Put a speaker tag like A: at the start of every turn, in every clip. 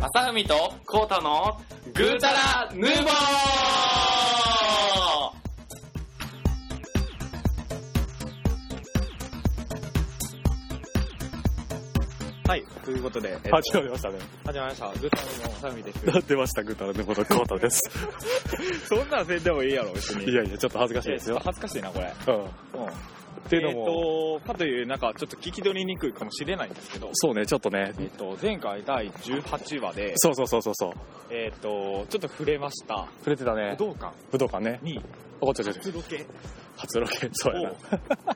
A: 朝海とコータのグータラヌーボー
B: はい、ということで、えっと
C: 始まりましたね。
B: 始まりました。グッタラのおさみです。
C: 出ました、グータラネボのコータです。
B: そんなんせんでもいいやろ、別に。
C: いやいや、ちょっと恥ずかしいです
B: いや
C: よ。
B: 恥ずかしいな、これ。
C: うん。っ
B: うん。
C: ていうのも、
B: えっと、かという、なんか、ちょっと聞き取りにくいかもしれないんですけど、
C: そうね、ちょっとね。
B: えっと、前回第18話で、
C: そうそうそうそうそう。
B: えっと、ちょっと触れました、
C: 触れてたね
B: 武。道館
C: 武道館ね。
B: に、
C: おこっちょちょちょ
B: 初ロケ
C: 初ロケ。そうや
B: を
C: な。、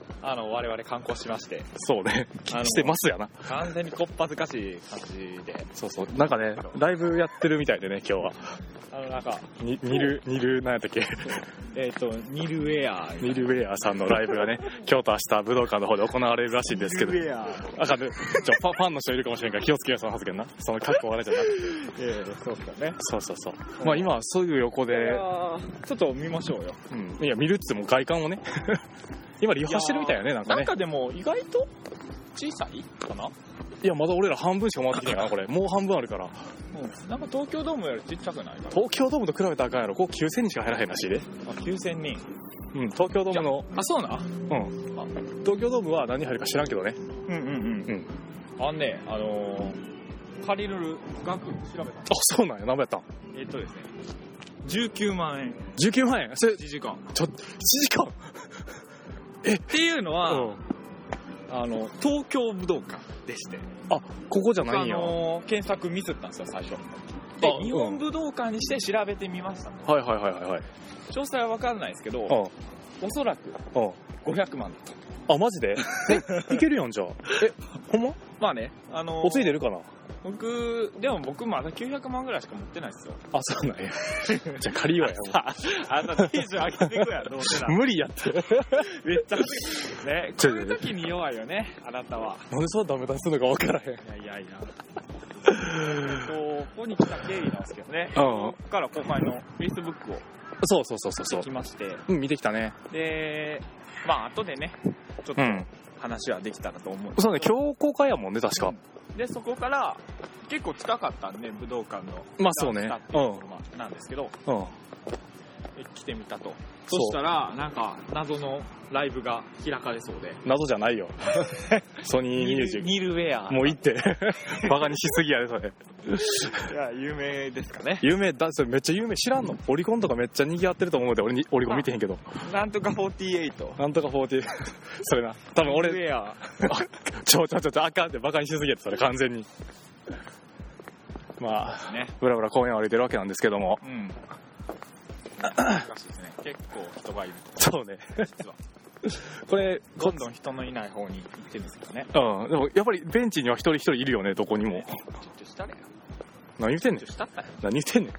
B: あの、我々観光しまして、
C: そうね。
B: あの
C: してますやな。
B: 完全にこっぱずかしい感じで、
C: そうそう。なんかね、ライブやってるみたいでね、今日は。
B: あの、なんか、
C: にニル、ニル、なんやったっけ
B: えっと、ニルウェア、
C: ニルウェアさんのライブが ね、今日と明日武道館の方で行われるらしいんですけど
B: ニ。ルウェア。
C: あかんね。じゃあファファンの人いるかもしれんから気をつけよう、その発言な。その格好悪いじゃなくて。
B: ええ、そうっすよね。
C: そうそうそう。まあ今、すぐ横
B: い
C: で
B: や、ーちょっと見ましょうよ。
C: うん、いや見るっつっても外観をね 今リハしてるみたいやねなんか
B: な
C: ね
B: んかでも意外と小さいかな、
C: いやまだ俺ら半分しか回ってきてない なこれもう半分あるから
B: うん、なんか東京ドームよりちっちゃくないかな
C: 東京ドームと比べたらあかんやろこう9000人しか入らへんらしいで、
B: あ9000人
C: うん、東京ドームの
B: あそうな
C: うん東京ドームは何入るか知らんけどね
B: うんうんうんうんあのねあのー、借りる額調べた
C: あそうなんや何倍やったん
B: えっとですね19万円
C: 19万円それ1
B: 1時間
C: 時間
B: っていうのは、
C: うん
B: あの東京武道館でして
C: あここじゃ
B: あ
C: ないんや、
B: のー検索ミスったんですよ最初で
C: あ
B: 日本武道館にして調べてみました
C: はいはいはいはいはい
B: 詳細は分かんないですけど
C: う
B: おそらく
C: んうん
B: 500万だと
C: あマ ジでえいけるやんじゃあえほんま
B: まあねあのー
C: おついでるかな
B: 僕でも僕まだ900万ぐらいしか持ってないですよ
C: あそうなんや じゃ あ借りようや
B: あなたテンション上げていくや んどうせな
C: 無理やって
B: めっちゃ ねこういう時に弱いよねあなたは
C: なんでそんなダメ出しするのか分からへん
B: いやいやいやここに来た経緯なんですけど ね、
C: うん
B: ここから後輩の Facebook を
C: そうそうそうそうそう
B: 行きまして
C: うん、見てきたね。
B: でまあ後でねちょっと
C: うん。
B: 話はできたらと思う、
C: そうね、今日公開やもんね、確か。
B: でそこから結構近かったんで武道館の
C: まあそうね
B: ダンスだっていうところなんですけど、
C: うん。
B: え来てみたと
C: そ
B: そうしたらなんか謎のライブが開かれそうで
C: 謎じゃ ないよ。ソニーミュージッ
B: ニルニルウェア
C: ク。もういいって。バカにしすぎやで、それ。
B: いや有名ですかね
C: 有名、だ、それめっちゃ有名。知らんのオリコンとかめっちゃ賑わってると思うで、俺に、オリコン見てへんけど。
B: なんとか48
C: なんとか40。そ れな。多分
B: ニ
C: 俺、
B: ルウェア
C: ちょちょちょちょ、あかんってバカにしすぎやで、それ、完全に。まあ、
B: ね
C: ぶらぶら公園を歩いてるわけなんですけども。
B: うん難しいですね結構人がいる
C: そうね。
B: 実は
C: これ、
B: どんどん人のいない方に行ってるんですけどね
C: うん。でも、やっぱりベンチには一人一人いるよね、どこに
B: ち
C: も。
B: ょっとしたれよ
C: 何言ってんね
B: ちょ
C: ん
B: っと。したったよ
C: 何言ってんねん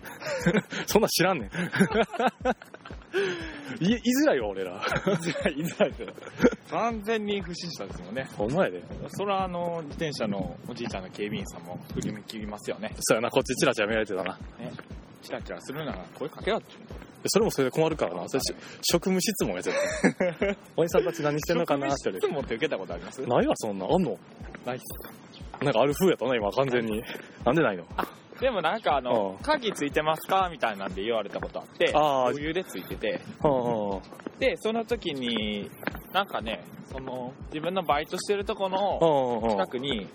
C: そんなん知らんねん言 い言いづらいよ俺ら
B: いないですよ完全に不審者ですもんね
C: ほんまやで
B: それはあの自転車のおじいちゃんの警備員さんも振り向きますよね
C: そうやなこっちチラチラ見られてたな
B: チラチラするなら声かけろって言うの
C: それもそれで困るからなそれし職務質問やつやった おじさんたち何してんのかなって
B: 職務質問って受けたことあります
C: ないわそんなんあんの
B: ないっ
C: なんかある風やったな今完全になんでないの
B: すでもなんかあの、
C: うん
B: 鍵ついてますかみたいなんで言われたことあって
C: あー
B: 余裕でついてて
C: は
B: でその時になんかねその自分のバイトしてるとこ
C: あ
B: の近くに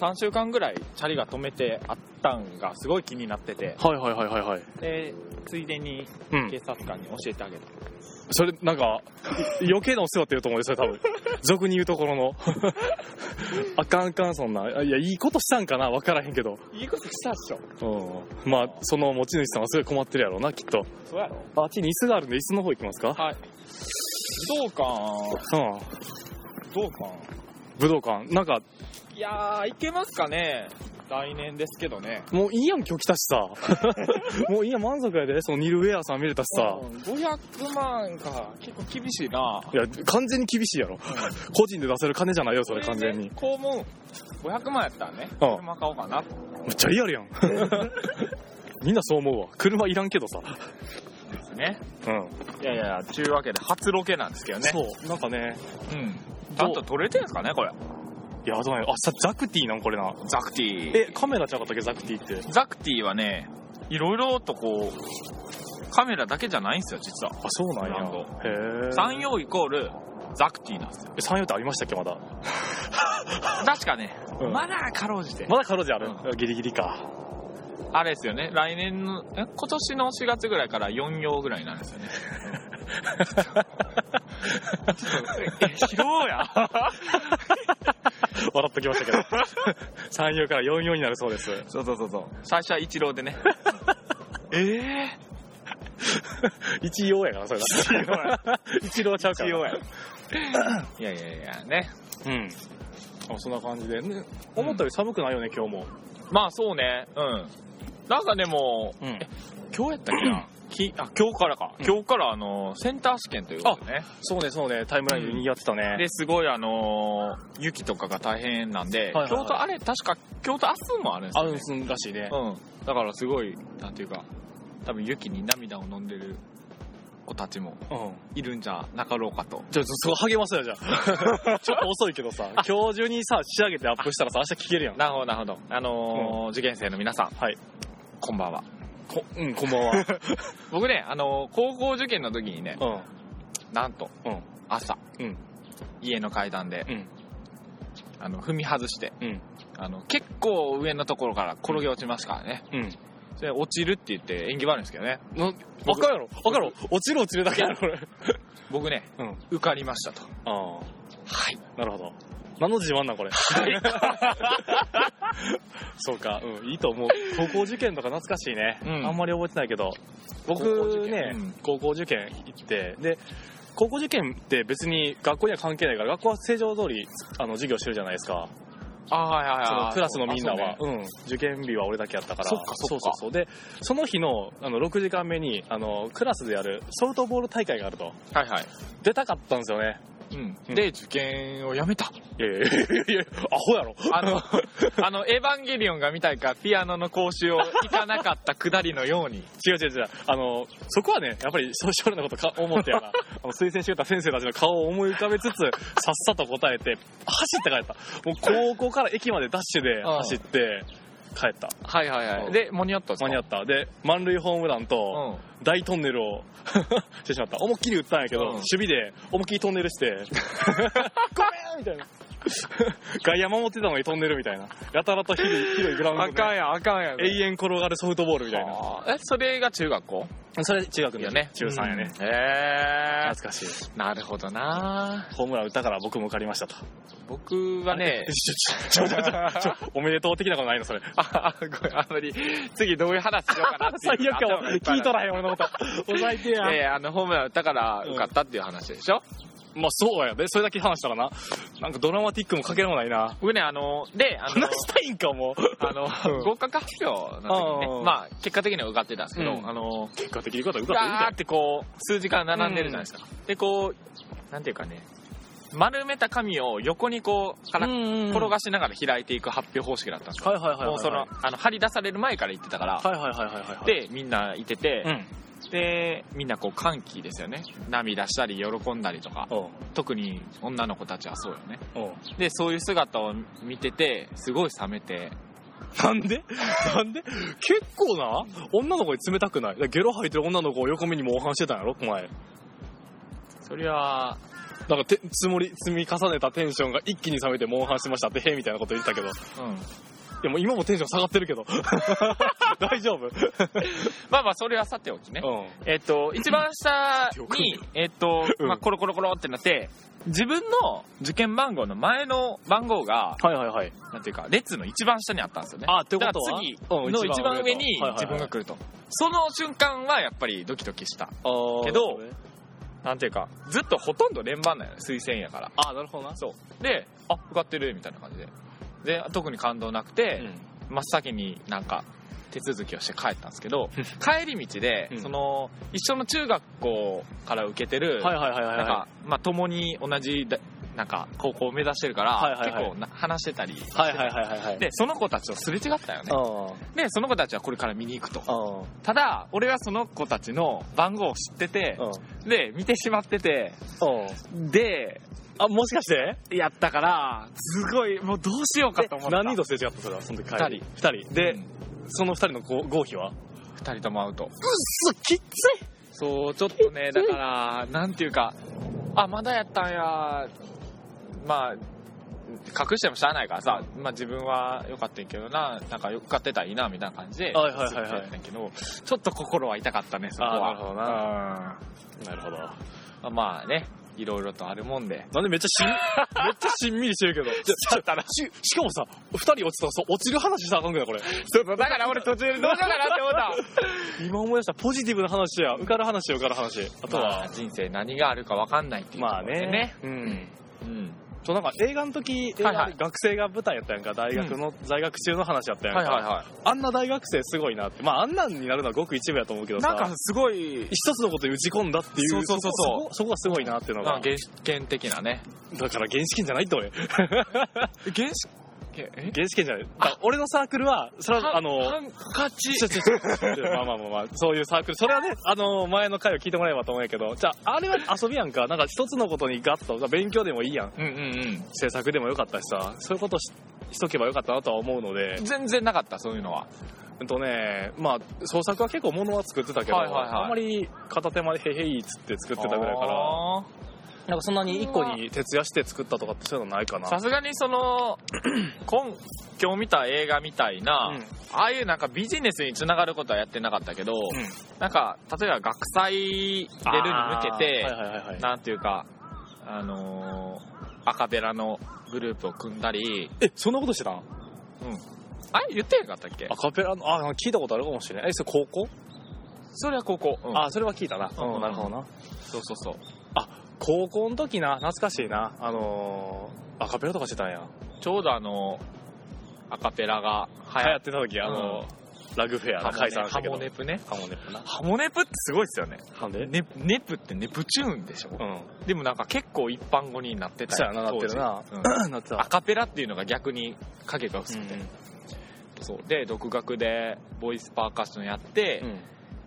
B: 3週間ぐらいチャリが止めてあったんがすごい気になってて
C: はいはいはいはいはい
B: でついでに
C: うん
B: 警察官に教えてあげた、
C: それなんか余計なお世話って言うと思うよそれ多 分俗に言うところ のあかんあかんそんないやいいことしたんかな分からへんけど
B: いいことしたっしょ
C: うん、まあその持ち主さんはすごい困ってるやろうなきっと
B: そうやろ
C: あっちに椅子があるんで椅子の方行きますか、
B: はい武道
C: うん、
B: 館武道館
C: 武道館なんか
B: いやー、いけますかね来年ですけどね。
C: もういいやん今日来た しさもういいやん満足やでそのニルウェアさん見れたしさ
B: うん500万か、結構厳しいな。
C: いや完全に厳しいやろ個人で出せる金じゃないよそれ完全に
B: これね。こうも500万やったらね、
C: うん
B: 車買おうかな。
C: めっちゃリアル やんみんなそう思うわ車いらんけどさ、
B: ね。
C: うん
B: いやいや、ちゅうわけで初ロケなんですけどね。
C: そうなんかね
B: うん。ちゃんと撮れてるんですかね、これ。
C: いや、どうなんやあ、さ、ザクティなんこれな。
B: ザクティ
C: え、カメラちゃうかったっけ、ザクティって。
B: ザクティはねいろいろとこうカメラだけじゃないんですよ実は
C: あ、そうなん
B: ブラン
C: や。へえ。
B: 山陽イコールザクティなんです よ
C: え山陽ってありましたっけ、まだ。
B: 確かね、
C: うん
B: まだかろうじて
C: まだ彼女ある、
B: う
C: ギリギリか。
B: あれですよね来年のえ今年の4月ぐらいから4用ぐらいなん ですよねひどうや
C: 笑っときま したけど。山陽から44になるそうです。
B: そうそうそうそう最初は一郎で ねええ
C: 一陽やから、それが。 一郎ちゃうから。
B: いやいやいやね
C: うん。あそんな感じで、ね。思ったより寒くないよね、今日も。
B: まあそうねうんなんかでも
C: うん。
B: 今日やったっけ なきあ今日からか、
C: うん
B: 今日からあのセンター試験ということでね
C: そうね、そうね。タイムラインで賑わってたね。
B: ですごいあのー雪とかが大変なんで、
C: はいはいはい
B: 京都あれ確か京都明日もあるんです
C: あ
B: よ、
C: る
B: ね、
C: んすんらしいね。
B: うん、だからすごいなんていうか多分雪に涙を飲んでる子たちも
C: うん。
B: いるんじゃなかろうかと
C: じゃあ、すごい励ますよ、じゃあ。 ちょっと遅いけどさ、今日中にさ、仕上げてアップしたらさ、明日聞けるやん。
B: なるほどなるほどあのー受験生の皆さん
C: はい。
B: こんばんは
C: こ うん、こんばんは。
B: 僕ね、あのー高校受験の時にね
C: うん。
B: なんと、
C: うん
B: 朝、
C: うん
B: 家の階段で、
C: うん
B: あの踏み外して、
C: うん
B: あの結構上のところから転げ落ちますからね、
C: うん。
B: それ落ちるって言って縁起悪いんですけどね
C: な、わかるやろわかるやろ落ちる落ちるだけやろ、これ。
B: 僕ね、
C: うん
B: 受かりましたと
C: あ
B: はい
C: あ、なるほど。何の自慢なん、これ。 そうか、うん、いいと思う。高校受験とか懐かしいね。
B: うん
C: あんまり覚えてないけど。僕
B: 高校受験
C: ね
B: うん、
C: 高校受験行って、で、高校受験って別に学校には関係ないから、学校は正常通り、あの、授業してるじゃないですか。
B: ああはいはい
C: そ
B: は
C: の
B: い
C: クラスのみんなは
B: あ、
C: う、ん、受験日は俺だけやったから、
B: そっかそっか
C: そうそうそう。で、その日の、あの、6時間目に、あの、クラスでやるソフトボール大会があると。
B: そうねはいはい、
C: 出たかったんですよね。
B: うん、で受験をやめた
C: いやいやいやいや、アホやろ。
B: あのあの「エヴァンゲリオン」が見たいかピアノの講習を行かなかったくだりのように
C: 違う違う違う。あの、そこはね、やっぱり、そう将来のことか思ってや な。あの、推薦してくれた先生たちの顔を思い浮かべつつ、さっさと答えて、走って帰った。もう高校から駅までダッシュで走って、帰った。
B: はいはいは
C: うん
B: いで間に合ったんですか
C: 間に合った。で、満塁ホームランと、
B: うん
C: 大トンネルを してしまった。思いっきり打ったんやけ
B: う
C: ど、
B: ん
C: 守備で思いっきりトンネルして、ごめんみたいな。外野守ってたのにトンネルみたいな。やたらと広い広いグラウ
B: あ
C: ンド
B: かん
C: で、
B: やんあかんやん
C: 永遠転がるソフトボールみたいな。
B: あーえそれが中学校
C: それ中学
B: よね
C: 中3やね、
B: うんへえ
C: 懐かしい
B: なるほどな
C: ホームラン打ったから僕も受かりましたと
B: 僕はね
C: ちょちょちょちょおめでとう的なことないのそれ
B: ああごめんあんまり次どういう話しようかなって
C: 最
B: いう
C: 悪かも 聞いとらへん俺のことお最低や、
B: いやいやあのホームラン打ったから受かったっていう話でしょ、
C: まあそうやでそれだけ話したらななんかドラマティックもかけらもないな
B: 僕ねあのであの
C: 話したいんかも
B: あ
C: うん
B: の合格発表の時に
C: うん
B: ねまあ結果的には受かってたんですけど、
C: うん
B: あの
C: う結果的に言うことは受かったみた
B: ガ
C: い
B: ーってこう数字が並んでるじゃないですか、でこうなんていうかね丸めた紙を横にこうから転
C: 転
B: がしながら開いていく発表方式だったんですよ
C: はいはいはいはい
B: もうそのあの張り出される前から行ってたから、
C: はいはいはいはいはい
B: でみんないてて、
C: うん
B: でみんなこう歓喜ですよね涙したり喜んだりとか
C: おう
B: 特に女の子たちはそうよね
C: おう
B: でそういう姿を見ててすごい冷めて
C: なんで なんで結構な女の子に冷たくないだからゲロ吐いてる女の子を横目に模範してたんやろお前
B: そりゃあ
C: なんかて積もり積み重ねたテンションが一気に冷めてモンハンしましたってへーみたいなこと言ってたけどい
B: うん
C: やもう今もテンション下がってるけ ど大丈夫
B: まあまあそれはさておきね、
C: うん
B: えっと一番下 にえっと、
C: うん
B: まあ、コロコロコロってなって自分の受験番号の前の番号が
C: はいはいはい
B: なんていうか列の一番下にあったんですよね
C: あってこ
B: だか
C: と
B: ら
C: は
B: 次
C: うん
B: の一番上に
C: はいはいはい
B: 自分が来るとその瞬間はやっぱりドキドキした
C: あー
B: けどなんていうかずっとほとんど連番なんよね推薦やから
C: あーなるほどな
B: そうであ受かってるみたいな感じでで特に感動なくて、
C: う
B: 真っ先になんか手続きをして帰ったんですけど帰り道で、
C: うん
B: その一緒の中学校から受けてる、
C: んはいはいはいはい
B: なん
C: は
B: かまあ共に同じだなんか高校を目指してるから、
C: はいはいはい
B: 結構な話してたりして
C: いはいはいはいはいはい
B: でその子たちとすれ違ったよね
C: あ
B: でその子たちはこれから見に行くと
C: ああ
B: ただ俺はその子たちの番号を知ってて
C: あ
B: で見てしまってて
C: あ
B: であ、もしかして
D: やったから、すごい、もうどうしようかと思った。
C: 何人とすれ違ったそれはその時帰り二人で、
B: うん
C: その二人のご合否は
B: 二人ともアウト。
D: すきつい
B: そう、ちょっとね、だから、なんていうか、あ、まだやったんや、まあ、隠してもしゃあないからさ、まあ自分は良かったんやけどな、なんか良かってたらいいな、みたいな感じで、
C: はいはいはいはい
B: やったんやけど、ちょっと心は痛かったね、そこは。
C: あーなるほど
B: な。
C: なるほど
B: うん。まあね、いろいろとあるもんで。
C: なんでめっちゃしん めっちゃしんみりしてるけどちゃったらししかもさ二人落ちたらそう落ちる話したらあかんくないこれ
B: そうそう、だから俺途中でどうしようかなって思 った。
C: 今思い出したポジティブな話や受かる話や受かる話あと
B: ま
C: は
B: あ、人生何があるか分かんないっていうとこ
C: まあ
B: ろで
C: ね
B: ね。
C: うん
B: うん。
C: そうなんか映画の時映
B: はい
C: 画
B: は
C: で
B: い
C: 学生が舞台やったやんか大学の在学中の話やったやん
B: はいはい
C: か
B: は
C: あんな大学生すごいなってまああんなんになるのはごく一部やと思うけど
B: い。
C: さ
B: なんかすごい、
C: 一つのことに打ち込んだっていう
B: そうそうそうそう
C: そこそこそこがすごいなっていうの
B: ま
C: が
B: あ、原始圏的なね。
C: だから原始圏じゃないって俺
B: 原始圏え
C: 原始圏じゃないだから俺のサークルはそれはあの
B: ハンカチ。
C: ちょちょちょちょまあまあまあまあそういうサークルそれはねあの前の回を聞いてもらえばと思うんやけどじゃああれは遊びやんかなんか一つのことにガッと勉強でもいいやん
B: うんうん
C: 制作でもよかったしさそういうことししとけばよかったなとは思うので
B: うん。全然なかった、そういうのは。
C: うんとねまあ創作は結構物は作ってたけど、
B: はいはいはい
C: あんまり片手間でへへいっつって作ってたぐらいから
B: あ
C: なんかそんなに一個に徹夜して作ったとかってそういうのないか
B: ー
C: な
B: さすがにその、 今、今日見た映画みたいな、
C: うん
B: ああいうなんかビジネスにつながることはやってなかったけど、なんか、例えば学祭出るに向けて、
C: あーはいはいはいはい
B: なんていうか、あのーアカペラのグループを組んだり、
C: えそんなことしてたん
B: あれ言ってへんかったっけ
C: アカペラのあ聞いたことあるかもしれないえそれ高校、
B: それは高校。うん
C: あそれは聞いたな、
B: うん
C: なるほどな
B: そうそうそう。
C: 高校の時な懐かしいなあのー、アカペラとかしてたんや
B: ちょうどあの、アカペラが流
C: 流
B: 行
C: 行
B: っ
C: ってた時あのーラグフェア
B: た
C: の解散し
B: ハ
C: たけど
B: モネプね。
C: ハモネプな
B: ハモネプってすごいですよね。
C: ハモネ
B: ネネプってネプチューンでしょ、
C: うん
B: でもなんか結構一般語になってた
C: そうやななってるな、
B: 当時
C: なって
B: うん
C: た
B: アカペラっていうのが逆に影が薄
C: う
B: くて、
C: ん
B: そうで独学でボイスパーカッションやって、
C: うん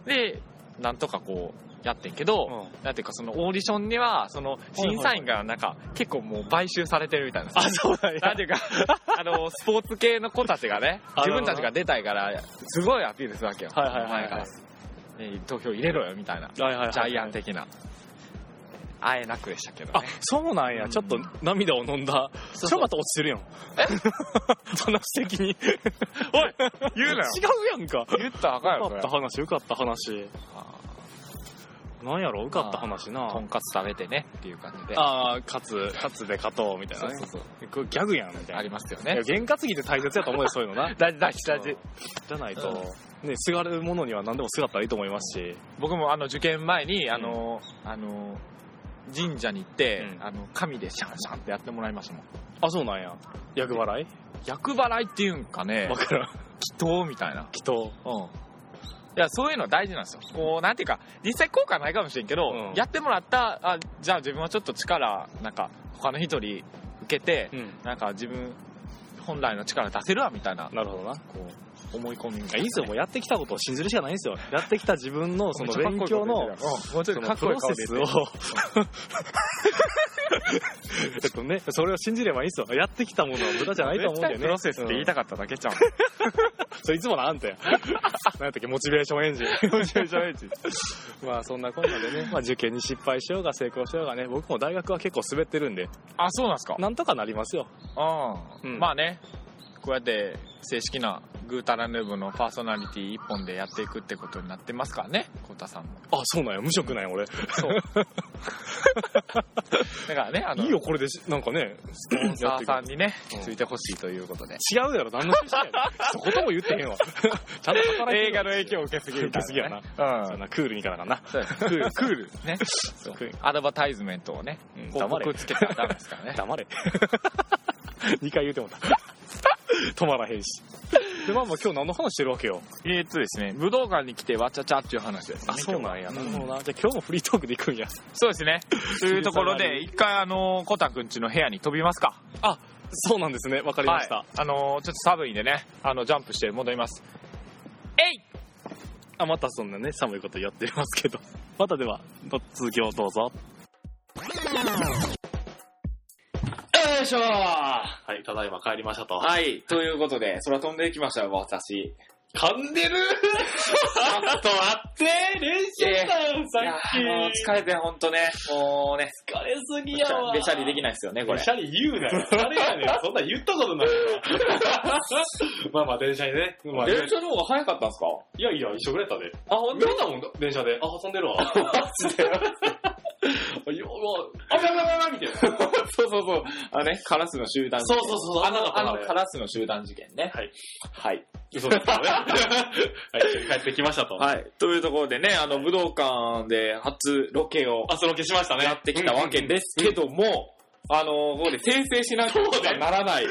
B: でなんとかこうやってんけど、
C: うん
B: なんていうかそのオーディションにはその審査員がなんか結構もう買収されてるみたいな
C: あそうなんや
B: なんて いうか、あの、スポーツ系の子たちがね、
C: あ
B: 自分たちが出たいから、すごいアピールするわけよ。
C: はいはいはいはい
B: 前からえー投票入れろよ、みたいな。
C: はいはいはい
B: ジャイアン的な。あえなくでしたけど
C: あ
B: ね。
C: そうなんや、
B: うん
C: ちょっと涙を飲んだ
B: そうそう
C: ちょまた落ちてるやんえ そんな素敵 におい
B: 言うなよ
C: 違うやんか
B: 言ったらあかんよ、
C: 受
B: そ
C: か
B: れ
C: った話受かった話
B: あ
C: なんやろ受かった話な
B: ーとんかつ食べてね、っていう感じで。
C: ああー勝つ勝つで勝とうみたい
B: そ
C: な
B: う
C: ね
B: そうそう。
C: これギャグやんみたいな
B: ありますよ
C: い
B: ね
C: や。験担ぎって大切やと思うよそういうの な
B: 大事大事大事。
C: じゃないと、ねすがるものには何でもすがったらいいと思いますし
B: 僕もあの、受験前に、あの、あの、神社に行って
C: う、ん
B: あの、神でシャンシャンってやってもらいましたもん。
C: あそうなんや役払い
B: 厄払いっていうんかね
C: わ、からん
B: 祈祷みたいな。
C: きっと
B: うん。いや、そういうの大事なんですよ。こう、なんていうか、実際効果はないかもしれんけど、
C: うん
B: やってもらった、あ、じゃあ自分はちょっと力、なんか、他の人に受けて、なんか自分、本来の力出せるわ、みたいな、
C: なるほどな
B: こう、思い込みが
C: いいんすよもうやってきたことを信じるしかないん ですよやってきた自分のその勉強の
B: もうちょ
C: そ
B: っと
C: の
B: かっ
C: プ
B: こいい
C: ロ
B: 顔
C: セ
B: で
C: スを えっとねそれを信じればいいんですよやってきたものは無駄じゃないと思うんだよね
B: プロセスって言いたかっただけじゃん。
C: それいつものあ んたや何やったっけモチベーションエンジンモチベーションエンジン まあそんなこんなでね、まあ、受験に失敗しようが成功しようがね僕も大学は結構滑ってるんで
B: あ、そうなんですか。
C: なんとかなりますよ
B: う
C: うん
B: ん。まあね、こうやって正式なグータラヌーブのパーソナリティ一本でやっていくってことになってますからね、コウタさんも。
C: あそうなんや無職なんや俺
B: そう。だからね、あの、
C: いいよこれでしなんかねスポ
B: スポンサーさんにね
C: うん、
B: ついてほしいということで。
C: 違うやろ何の趣旨やねん一言も言ってへんわ ちゃんと働いてる
B: を受けす
C: ぎる
B: 受
C: からね
B: けすぎやな。う
C: そ
B: んん。
C: なクールにいかなあかんな
B: そうですクール、 クール。ね。そう
C: クール
B: アドバタイズメントをね、
C: うん
B: 広
C: 黙れ
B: 告つけたらダメですからね。
C: 黙れ 二回言うてもうた止まらへんしでまあまあ今日何の話してるわけよ
B: えーっとですね、武道館に来てわちゃちゃっていう話です。
C: なんやな
B: 今
C: る
B: 日は
C: ほどなじゃあ今日もフリートークで行くんや
B: そうですね。というところ で、
C: 昼
B: 一回あの、コタくんちの部屋に飛びますか。
C: そうなんですねわかりました、
B: はい。あの、ちょっと寒いんでね、あの、ジャンプして戻ります。えい
C: あまたそんなね寒いことやって ますけどまたでは続きをどうぞ
B: いしょは
C: はい、ただいま帰りましたと。
B: い。ということで、空飛んでいきましたよ、私。噛ん でるあとあって
C: 練習したよ、
B: いや
C: さっき。
B: ーもう疲れてほんとね、もうね、
C: 疲れすぎ
B: べ
C: や
B: しゃ
C: わ。
B: べしゃりできないですよね、こ
C: これ。
B: れ
C: 電。車に言うなよ。誰 やねん。そんなん言ったことないよ。まあまあ、電車にね。まあ、
B: 電車の方が早かったんですか
C: いやいや、一緒ぐらいだね。
B: あ、ほ
C: 見たもん、電車 で。あ、遊んでるわ。いや、まあ、あ、やばいやばいやばいみたいな。
B: そうそうそう。あのね、カラスの集団事
C: そう
B: 件。
C: そうそう、あんなかった
B: あ
C: な
B: のカラスの集団事件ね。
C: はい。
B: はい。
C: そうですよね。はい、帰ってきましたと。
B: はい。というところでね、あの、武道館で初ロケを
C: あ、その消しましたね。
B: やってきたわけですけども、あの、ここで訂正しなければならない。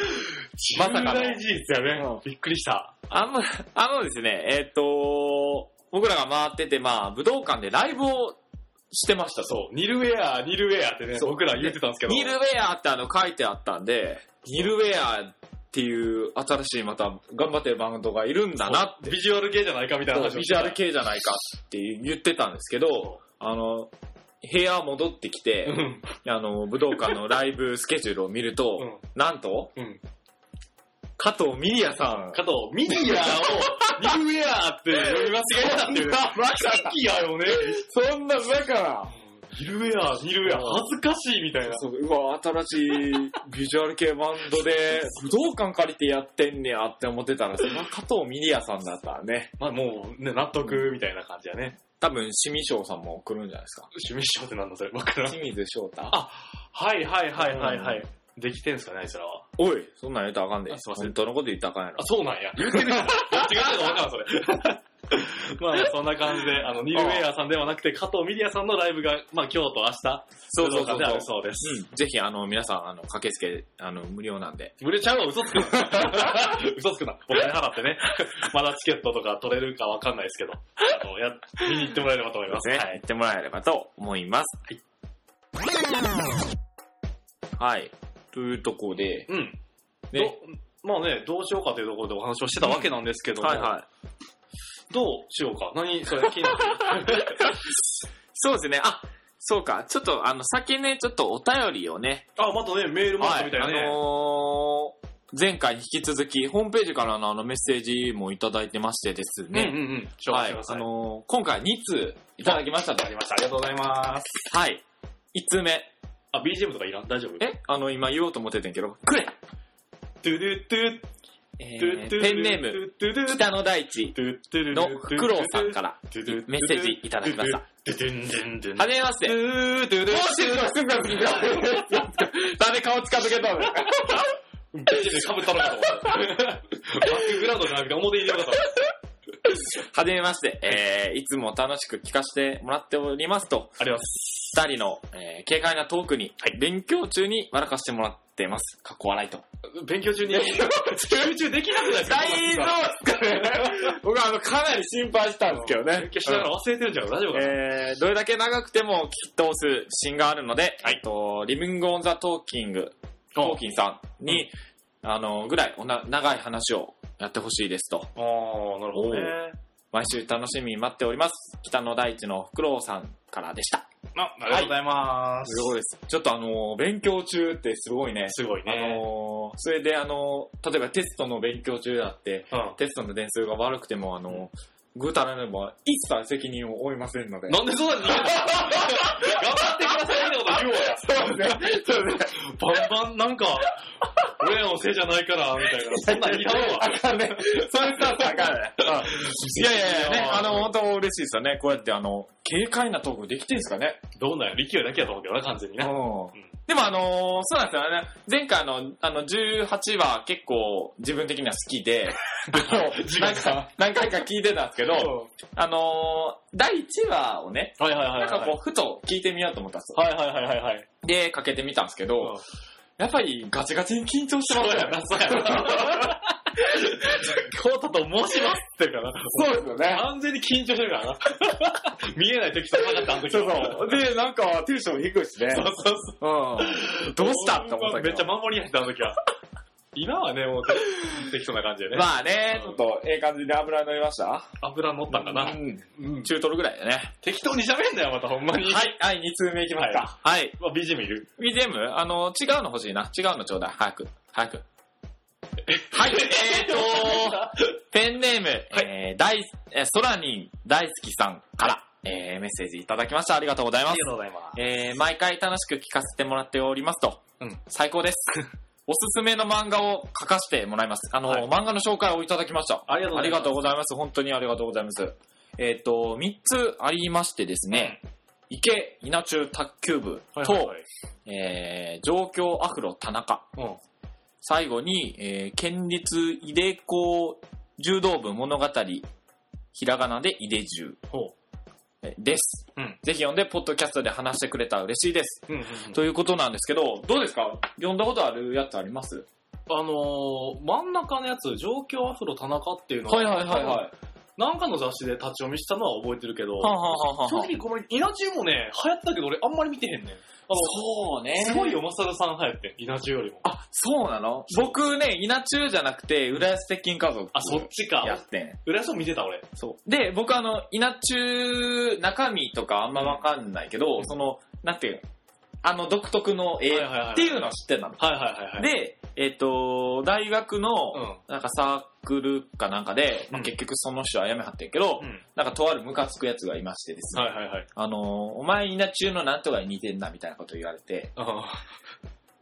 B: まさかの
C: 重大事実やね。びっくりした。
B: あの、あのですね、えーっと、僕らが回ってて、まあ、武道館でライブをしてましたと。
C: そう、ニルウェア、ニルウェアってね、
B: そう
C: 僕ら言ってたんですけど。
B: ニルウェアってあの書いてあったんで、ニルウェアっていう新しいまた頑張ってるバンドがいるんだなって
C: ビジュアル系じゃないかみたいな話を
B: ビ
C: し
B: ジ
C: て
B: ュ
C: た
B: アル系じゃないかって言ってたんですけど、あの、部屋戻ってきて、
C: うん。
B: あの、武道館のライブスケジュールを見ると、
C: うん
B: なんと、
C: うん
B: 加藤ミリアさん。
C: 加藤、ミディアを、ニルウェアって読み間違えたっていうね。
B: まさ
C: ミディアよね。
B: そんなバカ
C: ニルウェア、ニルウェア、恥ずかしいみたいな。
B: そう、うわ、新しいビジュアル系バンド で、武道館借りてやってんねやって思ってたら、その加藤ミリアさんだったらね、
C: まあもう、ね、納得みたいな感じやね。
B: 多分、清水翔さんも来るんじゃないですか。
C: 趣味賞ってなんだそれ、わからん。
B: 清水翔太
C: あはいはいはいはいはい。できてんすかね、あいつらは。
B: おい、そんなん言うたらあかんで。
C: あすいません
B: 本当のこと言ったらあかんやろ
C: あ、。そうなんや。言ってるじゃん。違うのわからん、それ。 まあまあ、そんな感じで、あの、ニルウェアさんではなくて、加藤ミリアさんのライブが、まあ今日と明
B: そう
C: 日、
B: そうそうそう
C: 武道館であるそうです。
B: うん、ぜひ、あの、皆さん、あの、駆けつけ、あの、無料なんで。
C: 無理ちゃうわ、嘘つくな。嘘つくな。お金払ってね。まだチケットとか取れるかわかんないですけど、あの、や、見に行ってもらえればと思います。
B: ね、
C: はい。
B: 行ってもらえればと思います。はい。というところで、
C: うん。
B: ね。
C: どまあね、どうしようかというところでお話をしてたわけなんですけども、
B: はいはい。
C: どうしようか。何、それ気になる。
B: そうですね。あ、そうか。ちょっと、あの、先ね、ちょっとお便りをね。
C: あ、またね、メールもあったみたいなね。
B: あのー前回に引き続き、ホームページからのあのメッセージもいただいてましてです
C: うん
B: ね。
C: うんうん。紹
B: は
C: 介
B: い
C: してくだ。さ
B: あ
C: い。
B: のー今回2通いただきましたと
C: あ。りました。ありがとうございます。
B: はい。1通目。
C: あ、BGM とかいらん大丈夫
B: えあの、今言おうと思ってたんやけど、くれ
C: トゥルトゥ
B: え
C: トゥ
B: ー
C: トゥ
B: ペンネーム、、
C: トゥトゥトゥ
B: 北の大地
C: トゥトゥ
B: のフクロウさんからメッセージいただきました。は。
C: トゥトゥトゥトゥ
B: じめまして。
C: ゥトゥ
B: どうしてるのすんだすんだ誰顔近づけたの
C: ベージュで被ったのかと思った。バックグラウンドじゃなくて表にいるのかと思っ
B: はじめまして、えー、いつも楽しく聞かせてもらっておりますと、
C: た。あります。
B: 二人の、えー、軽快なトークに、勉強中に笑かしてもらってます。かっこ笑いと。
C: 勉強中に、集中できなくないですか
B: 大丈夫ですかね 僕はあの、かなり心配したんですけどね
C: 勉強しながら忘れてるんじゃん。大丈夫かな
B: えーどれだけ長くても聞き通す自信があるので、えっと、リビングオンザトーキング、トーキンさんに、あの、ぐらいおな長い話をやってほしいですと。
C: あー、なるほどね。
B: 毎週楽しみに待っております。北の大地のフクロウさんからでした。
C: あ、ありがとうございます。
B: ごいです。ちょっとあの、勉強中ってすごいね。
C: すごい
B: あ
C: ね。
B: の、それであの、例えばテストの勉強中だって、
C: うん
B: テストの点数が悪くてもあの、ぐうたらでも一切責任を負いません ので。
C: なんでそんなに逃げるの頑張ってくださいってこと言おうや。
B: そうですね。そうですね。
C: バンバン、なんか、俺らのせいじゃないから、みたいな。そ んなんいらんわ。
B: あかんね。そういうスタンスあかん ね。いやいやいや、ね、あの、本当嬉しいですよね。こうやって、あの、軽快なトークできてんすかね。
C: どうなんや、力也だけやと思うけどな、完全に
B: うん
C: ね。。
B: でも、あのそうなんですよね。前回の、あの、18は結構自分的には好き で、あの
C: 自分
B: 何回何回か聞いてたんですけど、あの第1話をね、
C: はいはいは
B: な
C: いは
B: ん
C: い。
B: かこう、ふと聞いてみようと思ったんですよ。
C: はいはいはいはいはい。
B: で、かけてみたんですけど、やっぱりガチガチに緊張して
C: そ
B: ま
C: う
B: す
C: や
B: よね
C: な、。そうやな。コータと申しますって言うからな。
B: そうですよね
C: 完全に緊張してるからな。 見えない敵と戦ったあの時
B: そうそう。で、なんか、テンション低いしね。
C: そうそうそう
B: うん。どうしたって思ったけど。
C: めっちゃ守りやったあの時は。今はね、もう、適当な感じでね。
B: まあね、ち
C: う
B: ょ
C: ん
B: っと、ええ感じで油乗りました
C: 油乗ったんかな
B: う。ん。中トロぐらいだね。
C: 適当に喋んなよ、またほんまに。
B: はい、はい、2通目いきますか。はい。
C: まあ、BGM いる
B: BGM? あの、違うの欲しいな。違うのちょうだい。早く。早く。はい、え ーと、ペンネーム、えー、大、えー、ソラニン大好きさんから、えー、メッセージいただきました。ありがとうございます。
C: がとうございます。
B: えー毎回楽しく聞かせてもらっておりますと、
C: うん
B: 最高 です。おすすめの漫画を書かせてもらいます。あの、
C: はい
B: 漫画の紹介をいただきました。
C: ありがと
B: あ
C: うござ
B: り
C: いま
B: が
C: す。
B: とうございます。本当にありがとうございます。えっ、と、3つありましてですね、池稲中卓球部と、
C: はいはいはい
B: えー上京アフロ田中。
C: うん
B: 最後に、えー県立井出校柔道部物語、ひらがなで井出柔
C: ほ
B: えーです、
C: うん
B: ぜひ読んで、ポッドキャストで話してくれたら嬉しいです。
C: う。うんうん
B: うんということなんですけど、どうですか読んだことあるやつあります
C: あのー、真ん中のやつ、状況アフロ田中っていうのい。
B: い。
C: なんかの雑誌で立ち読みしたのは覚えてるけど、
B: はあ、はあはあはあ
C: 正直ごめん、稲中もね、流行ったけど俺あんまり見てへんねん。あ
B: そうね
C: の、。すごいよ、まさるさん流行ってん、稲中よりも。
B: あ、そうなの僕ね、稲中じゃなくて、浦安鉄筋家族。
C: あ、そっち
B: や
C: か
B: っ。てん。
C: 浦安も見てた俺。
B: そう。で、僕あの、稲中、中身とかあんまわかんないけど、その、なんていうのあの独特の絵
C: はいはいはい
B: っていうのは知ってたの。
C: はいはいはいはい。、
B: で、えっ、と、大学の、
C: うん。
B: なんかサークルかなんかで、まあ
C: うん
B: 結局その人は辞めはってんけど、
C: うん。
B: なんかとあるムカつくやつがいましてですね。
C: はいはいはい。
B: あのーお前稲中のなんとかに似てんなみたいなこと言われて、
C: あ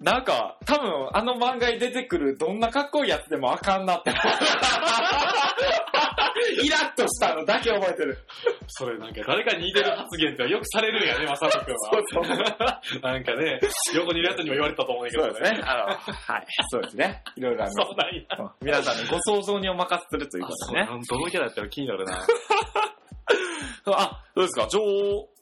B: なんか、多分あの漫画に出てくるどんなかっこいいやつでもあかんなって。イラッとしたのだけ覚えてる。
C: ーそれなんか誰かに似てる発言ってよくされるんやね、まさるくんは。
B: そうそう
C: なんかね、横にいるやつにも言われたと思うんだけど
B: そうですね。。あの、はい。そうですね。いろいろありま
C: そうなんや。
B: す。皆さんにご想像にお任せするということですね。
C: どのキャラやったら気になるな。
B: あ、どうですか上、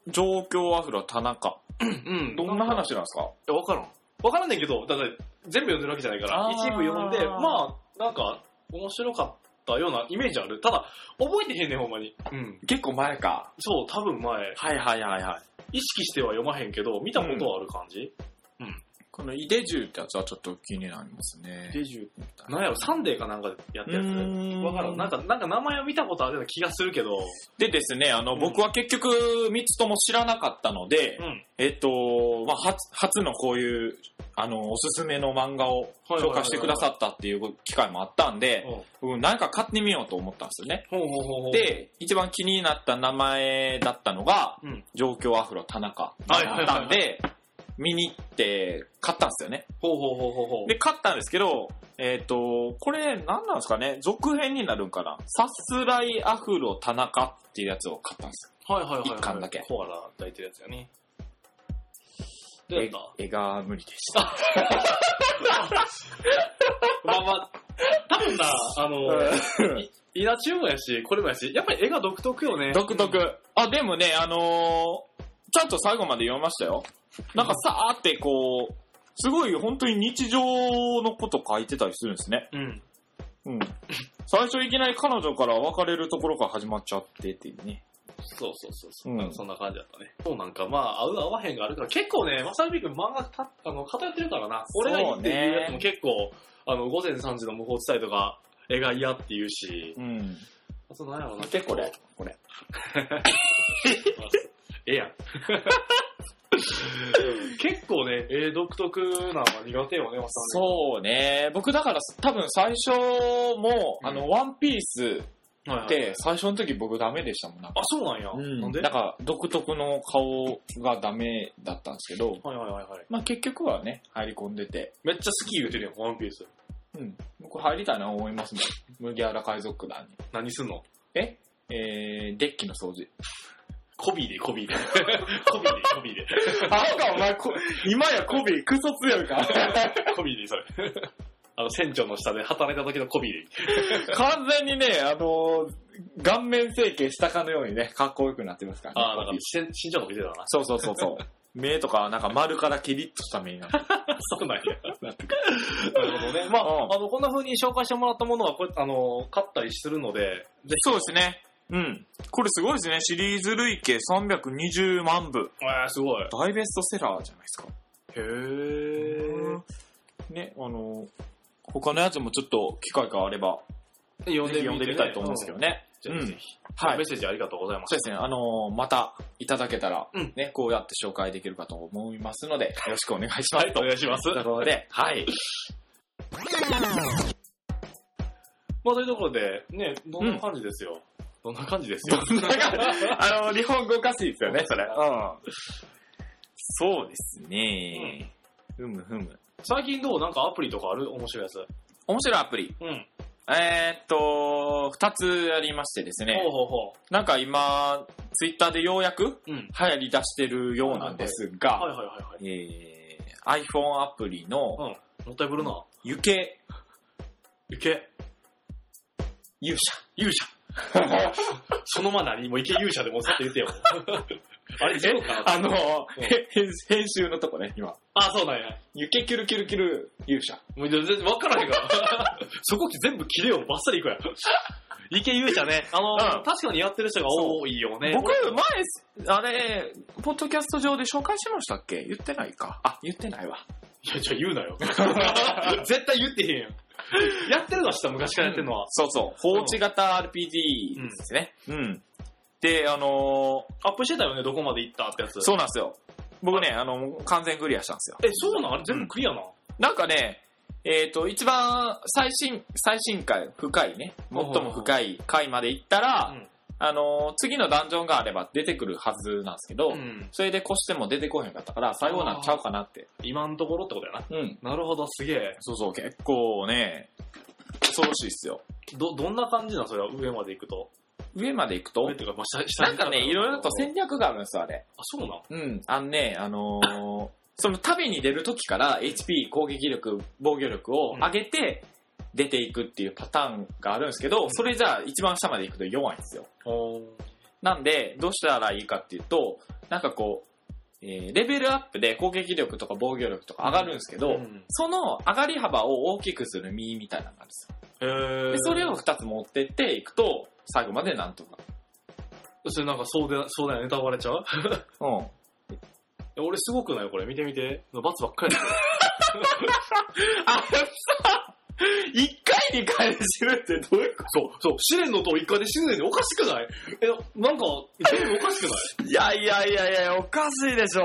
B: 上京アフロ田中。
C: うん。
B: どんな話なんですか
C: いや、わからん。わからんねんけど、だから全部読んでるわけじゃないから
B: あ、ー
C: 一部読んで、まあ、なんか、面白かったようなイメージある。ただ、覚えてへんねん、ほんまに。うん。
B: 結構前か。
C: そう、多分前、
B: はいはいはいはい。
C: 意識しては読まへんけど、見たことはある感じ、
B: このイデジュってやつはちょっと気になりますね。
C: デジュなんやろ、サンデーかなんかでやったや
B: うー
C: つ。
B: ん
C: わからん。なんか、なんか名前を見たことあるような気がするけど、
B: でですね、あの、
C: うん
B: 僕は結局、3つとも知らなかったので、
C: うん。
B: えっと、まあ、初、初のこういう、あの、おすすめの漫画を
C: はいはいはいはい
B: 紹介してくださったっていう機会もあったんで、
C: ほ
B: うん、なんか買ってみようと思ったんですよね。
C: うほうほうほう、
B: で、一番気になった名前だったのが、
C: うん
B: 状況アフロ田中だったんで、見に行って買ったんですよね。
C: ほうほうほうほうほう。
B: で、買ったんですけど、えっ、と、これ何なんですかね続編になるんかなさすらいアフロ田中っていうやつを買ったんですよ
C: はいはいはいはい。
B: 一巻だけ
C: コアラ抱いてるやつやね。どうやった
B: 絵が無理でした。
C: まあまあ、多分な、あの、稲中もやし、これもやし、やっぱり絵が独特よね。
B: 独特。あ、でもね、あのーちゃんと最後まで読みましたよ。なんかさーってこう、すごい本当に日常のこと書いてたりするんですね。
C: うん。
B: うん。最初いきなり彼女から別れるところから始まっちゃってっていうね。
C: そうそうそうそう、
B: うん
C: そんな感じだったね。そうなんか、まあ、合う合わへんがあるから、結構ね、まさみくん漫画たあの偏ってるからな。俺がいいっていうやつも結構、あの、午前3時の無法地帯とか、絵が嫌って言うし、
B: うん。
C: あと何やろうな。
B: 見てこれ。こ れ。
C: ええやん。結構ね、絵独特なのが苦手よね、まさみ
B: そうね。僕だから多分最初も、あの、ワンピース
C: くん。はいは
B: っ
C: い
B: て最初の時僕ダメでしたもん。なんか
C: あ、そうなんや。
B: うん
C: なんで
B: だから独特の顔がダメだったんですけど、
C: はいはいはいはい。
B: まあ結局はね、入り込んでて、
C: めっちゃ好き言うてるやん、ワンピース。
B: うん。僕入りたいな思いますね。麦わら海賊団に。
C: 何すんの
B: えー、デッキの掃除。
C: コビーで、コビーで。 コビーで、コビーで。
B: あんかお前こ、今やコビークソ強いから。
C: コビーでいい、それ。あの、船長の下で働いた時のコビーでいい。
B: 完全にね、あのー顔面整形したかのようにね、かっこよくなってますからね。
C: ああ、なんか、身身長の見てたな。
B: そうそうそうそう。 目とか、なんか丸からキリッとした目になって。
C: そうなんや。なるほどね。まあ、
B: うん
C: あの、こんな風に紹介してもらったものは、こうやってあの、買ったりするので、ぜ
B: そうですね。うん。これすごいですね。シリーズ累計320万部。
C: ひ、えー、すごい。
B: 大ベストセラーじゃないですか。
C: へえ。
B: ね、あの、他のやつもちょっと機会があれば、
C: 読
B: ぜひ読んでみたいと思うんですけどね。
C: ど。
B: うん
C: ぜひ。
B: はい
C: メッセージありがとうございま
B: そ
C: す
B: う。ですね、あのーまたいただけたら、
C: うん
B: ね、こうやって紹介できるかと思いますので、よろしくお願いしま
C: は
B: す。
C: い、お願いします
B: と。いうこと で、はい。
C: まあ、というところで、ね、どんな感じですよ。どんな感じですよ。
B: あ のー日本語おかしいですよね、それ。うん。そうですね。ふむふむ。
C: 最近どうなんかアプリとかある面白いやつ。
B: 面白いアプリ。
C: うん。
B: えー、っと、二つありましてですね
C: ほう。ほうほ
B: なんか今、ツイッターでようやく
C: う。うん。
B: 流行り出してるようなんです
C: はいはい
B: が、
C: はいはい。
B: えー、iPhone アプリの
C: もったいぶるな。
B: ゆけ
C: いけ。
B: 勇者。
C: 勇者。そのまま何もいけ勇者でもさって言ってよ。 あれ、そうか
B: あのー、へ編編集のとこね、今。
C: あ、そうなんや。
B: ゆけキュルキュルキュル勇者。
C: もう全然分からへんから。 そこ全部切れよ、バッサリいくやん。いけ勇者ね。あの、
B: うん
C: 確かにやってる人が多いよね。
B: 僕、前、あれ、ポッドキャスト上で紹介しましたっけ言ってないか。あ、言ってないわ。
C: いや、じゃあ言うなよ。 絶対言ってへんやん。やってるのは知った、昔からやってるのは。
B: そうそう。放置型 RPG ですね。うん。で、あのー
C: アップしてたよね、どこまで行ったってやつ。
B: そうなんですよ。僕ね、あの、完全クリアしたんですよ。
C: え、そうなんあれ全部クリアな。
B: なんかね、えっ、と、一番最新、最新回、深いね、最も深い回まで行ったら、
C: うん
B: あのー次のダンジョンがあれば出てくるはずなんですけど、
C: うん。
B: それで越しても出てこへんかったから、最後なんちゃうかなって。
C: 今のところってことやな。
B: うん。
C: なるほど、すげえ。
B: そうそう、結構ね、恐ろしいっすよ。
C: ど、どんな感じなのそれは上まで行くと。
B: 上まで行くと
C: 上っ、ていうか、まあ、下、下
B: な
C: に
B: ん
C: 行く
B: かね、いろいろと
C: あ、
B: 戦略があるんですよ、あれ。
C: そうなん
B: うん。あのね、あのーその旅に出る時から HP、攻撃力、防御力を上げて出ていくっていうパターンがあるんですけど、それじゃあ一番下まで行くと弱いんですよ。
C: ほ
B: なんで、どうしたらいいかっていうと、なんかこう、えーレベルアップで攻撃力とか防御力とか上がるんですけど、
C: うん
B: その上がり幅を大きくする身みたいなのがあるんですよ。
C: へえ
B: で。それを2つ持ってっていくと、最後までなんとか。
C: それなんかそうで、そうだよ、ネタバレちゃう
B: うん。
C: え俺すごくないこれ見てみて。罰ばっか りだよ。
B: あれさ、1回に回死ぬってどういうこ
C: そう、そう、試練の塔一回で死ぬねんでおかしくないえ、なんか、全部おかしく
B: といやいやいやいや、おかしいでしょ。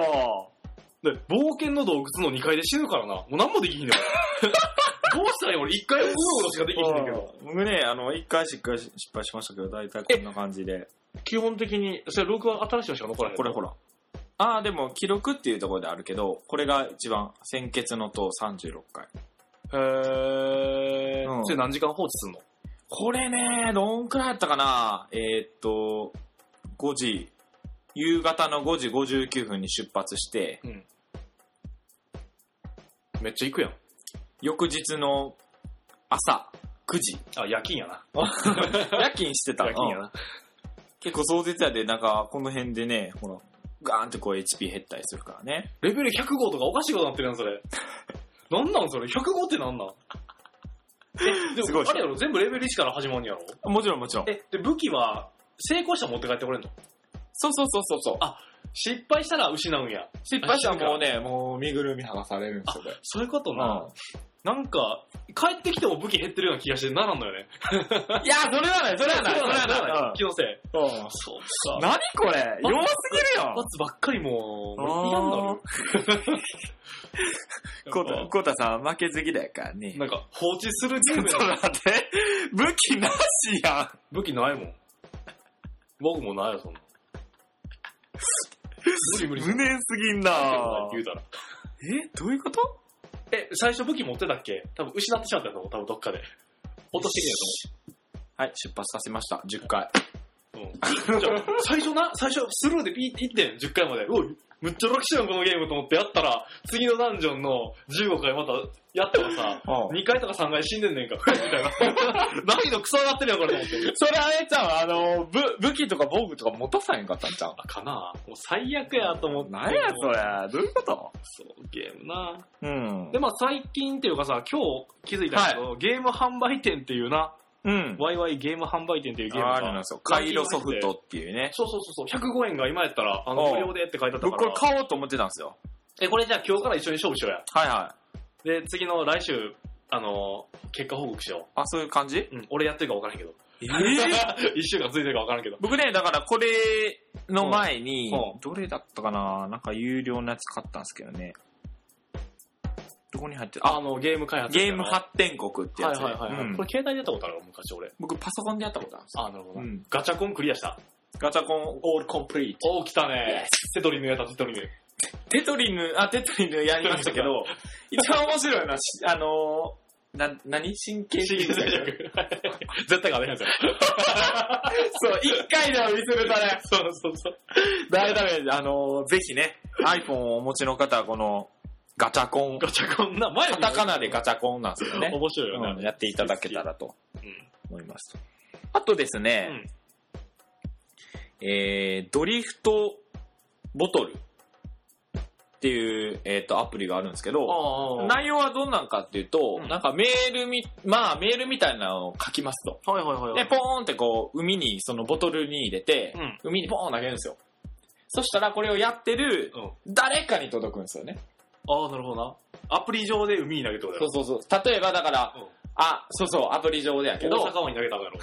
C: ないで、冒険の洞窟の2階で死ぬからな。もう何もで きひんねん。どうしたらいい俺1回うろうろしかできひんねんけど。
B: 僕ね、あの、1回失敗し失敗しましたけど、大体こんな感じで。
C: 基本的に、それ録は新しいのしか残らへん。
B: これほら。ああ、でも記録っていうところであるけど、これが一番、先決の塔36回。
C: へ
B: う
C: ー。
B: ん
C: それ何時間放置すんの
B: これね、どんくらいやったかなえーっと、5時、夕方の5時59分に出発して、
C: めっちゃ行くやん。
B: 翌日の朝9時、
C: あ、夜勤やな。
B: 夜勤してた
C: 夜勤やな。
B: 結構壮絶やで、なんか、この辺でね、ほら、ガーンってこう HP 減ったりするからね。
C: レベル105とかおかしいことなってるやん、それ。 なんなんそれ ?105 ってなんなんえ、です
B: ごい
C: も
B: っしょ
C: あれやろ全部レベル1から始まるんやろ
B: もちろんもちろん。
C: え、で、武器は成功したら持って帰ってこれんの
B: そうそうそうそうそう。
C: あ失敗したら失うんや。
B: 失敗したらもうね、もう身ぐるみ剥がされるんですよ、これ。
C: そういうことな。なんか、帰ってきても武器減ってるような気がしてならんのよね。
B: いや、それはない、それは ない、それは
C: 気のせい。
B: ない。
C: そうか。
B: 何これ弱すぎるよ
C: 罰ばっかりもう、
B: あー
C: 俺嫌になるよ。
B: コータ、コータさん負けず嫌いからね。
C: なんか、放置するゲ
B: ち
C: ー
B: ょ っ
C: ムや
B: と待
C: な
B: って、武器なしやん。
C: 武器ないもん。僕もないよ、そんな。 無理無理。
B: 無念すぎんな
C: 言うたら。
B: え、どういうこと
C: え、最初武器持ってたっけ多分失ってしまったと思う、多分どっかで。落としてきたと思う。
B: はい、出発させました、10回。
C: うんじゃあ最初な、最初スルーでピーって1点、10回まで。おい、むっちゃ楽勝やん、このゲームと思ってやったら、次のダンジョンの15回またやったらさ、
B: うん
C: 2回とか3回死んでん ねんか、みたいな。 難易度クソ上がってるやん、これと思って。
B: それあれちゃん、あの、武武器とか防具とか持たさへんかったんちゃう
C: あ、かなもう最悪やと思って。
B: なんやそれ、どういうこと
C: そう、ゲームな
B: うん
C: で、まあ最近っていうかさ、今日気づいたけど、ゲーム販売店っていうな、
B: うん。
C: ワイワイゲーム販売店っていうゲーム
B: あ
C: が
B: るんですよ。カイロソフトっていうね。
C: そうそうそうそう、105円が今やったら、あの、
B: うん
C: 無料でって書いてあった
B: 僕
C: か
B: これ
C: ら。
B: 買おうと思ってたんですよ。
C: え、これじゃあ今日から一緒に勝負しようや。
B: はいは
C: で、次の来週、あのー、結果報告しよ
B: あ、そういう感じ
C: う。うん、俺やってるか分からんけど。
B: え
C: 一週間続いてるか分からんけど。
B: 僕ね、だからこれの前に
C: うんう、
B: どれだったかななんか有料のやつ買ったんですけどね。どこに入ってる
C: あ
B: あ、
C: の、ゲーム開発。
B: ゲーム発展国ってや
C: はい
B: つね。
C: はいはいはい、
B: うん
C: これ携帯でやったことあるわ昔俺。
B: 僕パソコンでやったことあるんですよ。
C: あ、なるほど、
B: う
C: な。
B: ん。
C: ガチャコンクリアした。
B: ガチャコンオールコンプリート。
C: おー、来たね。テトリムやった、テトリム。
B: テトリヌ、あ、テトリヌやりましたけ ど、一番面白いのは、しあのー、な、何神経
C: シ
B: 衰
C: リーズ
B: 弱
C: 最弱。絶対勝てへんぞ。
B: そう、一回でも見せるとね、
C: そうそうそう。
B: 大ダメージ。あのー、ぜひね、iPhone をお持ちの方はこの、ガチャコン、
C: ガチャコンな、前
B: カタカナでガチャコンなんですよね。
C: 面白いよね。
B: うんやっていただけたらと
C: うん
B: 思います。あとですね、えー、ドリフトボトルっていう、えっとアプリがあるんですけど、
C: あ
B: 内容はどんなんかっていうと、
C: うん
B: なんかメールみ、まあメールみたいなのを書きますと。
C: あ。はいはいはいは
B: で、
C: い。
B: ポーンってこう、海に、そのボトルに入れて、
C: うん
B: 海にポーン投げるんですよ。そしたらこれをやってる
C: う、
B: 誰かに届くんですよね。
C: ああ、なるほどな。アプリ上で海に投げたことや
B: そ
C: ろ
B: う。そうそう。例えばだから、
C: うん
B: あ、そうそう、アプリ上でやけど、
C: 大阪湾に投げたんやろ。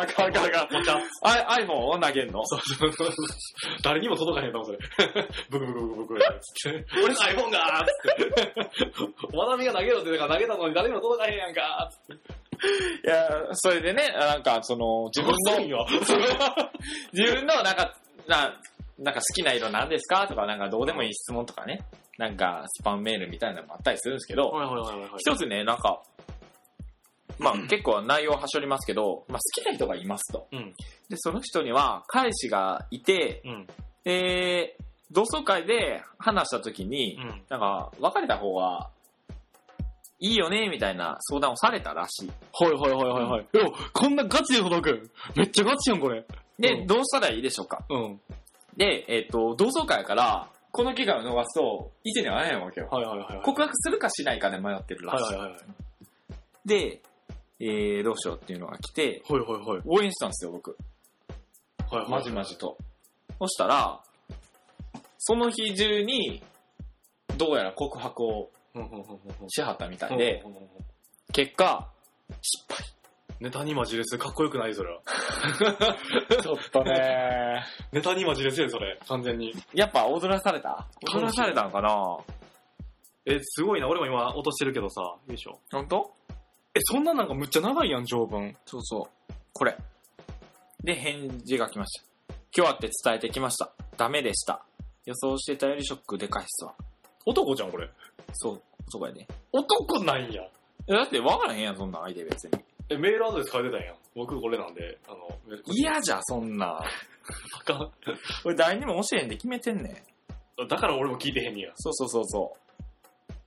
B: あかんあかんあかん
C: ポチャッ
B: あ iPhone を投げんの
C: 誰にも届かへんかもそれ。ブクブクブクブク。つって俺の iPhone がーつって。まなみが投げろって言うから投げたのに誰にも届かへんやんかーつって。
B: いや、それでね、なんか、その、自分
C: の
B: の、 自分の、なんか、な、なんか好きな色なんですかとか、なんかどうでもいい質問とかね、なんかスパンメールみたいなのもあったりするんですけど、
C: はいはいはいはい。
B: 一つね、なんか、まあ結構内容はしょりますけど、まあ好きな人がいますと。
C: うん
B: で、その人には彼氏がいて、
C: うん。
B: えー、同窓会で話した時に、
C: うん。
B: なんか別れた方がいいよね、みたいな相談をされたらしい。
C: はいはいはいはいはい。おこんなガチで届くんめっちゃガチやんこれ。
B: で、
C: うん
B: どうしたらいいでしょうか
C: うん。
B: で、えっ、と、同窓会やから、この機会を逃すと、以前に会えないわけよ。
C: はいはいはいはい。
B: 告白するかしないかで迷ってるら
C: はい
B: しい。
C: はいはいはい。
B: で、えー、どうしようっていうのが来て、
C: はいはいはい。
B: 応援したんですよ、僕。
C: はいはい。
B: まじまじと。そしたら、その日中に、どうやら告白を
C: うんうんうんうん
B: しはったみた
C: う
B: い
C: ん。
B: で、
C: うんうんうん、
B: 結 果、
C: ネタにマジレスかっこよくないそれは。
B: ちょっとね
C: ネタにマジレスやでそれ。完全に。
B: やっぱ踊らされた踊らされたのかな
C: え、すごいな。俺も今落としてるけどさ。よいしょ。
B: 本当
C: え、そんななんかむっちゃ長いやん、条文。
B: そうそう。これ。で、返事が来ました。今日会って伝えてきました。ダメでした。予想してたよりショックでかいっすわ。
C: 男じゃん、これ。
B: そう、そうやね。
C: 男なんや。
B: えだって分からへんやん、そんなん相手別に。
C: え、メールアドレス書いてたんやん。僕これなんで、あの、
B: 嫌じゃ、そんな。
C: あかん。
B: 俺誰にも教えへんで決めてんねん。
C: だから俺も聞いてへんねや。
B: そうそうそうそう。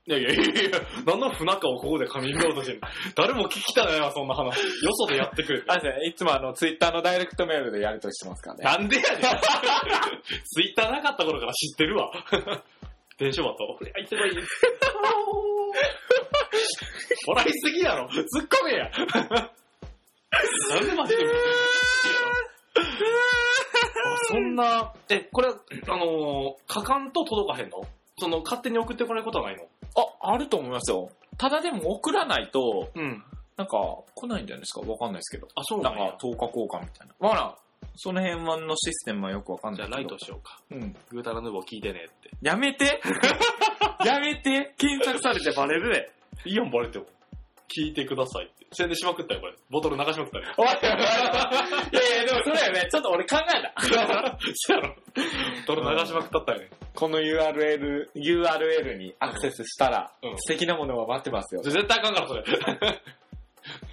C: いやいやいやいや、何の不仲をここで髪ミングアウトしてんの誰も聞きたないわ、そんな話。よそでやってくれて。
B: あれですね、いつもあの、ツイッターのダイレクトメールでやりとりしてますからね。
C: なんでやねん。ツイッターなかった頃から知ってるわ。 電書バと。俺、あいつがいい。 笑いすぎやろ。突っ込 めや。なんでマジで。あそんな、え、これ、あのー、書かんと届かへんのその、勝手に送ってこないことはないの
B: あ、あると思いますよ。ただでも送らないと、
C: うん。
B: なんか来ないんじゃないですかわかんないですけど。
C: あ、そうな
B: なんん
C: や
B: か。10日交換みたいな。まあ、その辺はのシステムはよくわかん
C: じ
B: な
C: ゃ
B: い
C: あ、
B: けど。
C: ライトしようか。
B: うん。
C: グータラヌーボー聞いてねって。
B: やめて やめて検索されてバレるで。
C: いいやん、バレても。聞いてくださいって。宣伝しまくったよ、これ。ボトル流しまくったよ。
B: おいおいおいおいいやいや、でもそれやね、ちょっと俺考えた。
C: そうやろ。ドル流しまくったったよね。
B: この URL、URL にアクセスしたら、
C: うん
B: 素敵なものは待ってますよ。
C: 絶対あかんから、それ。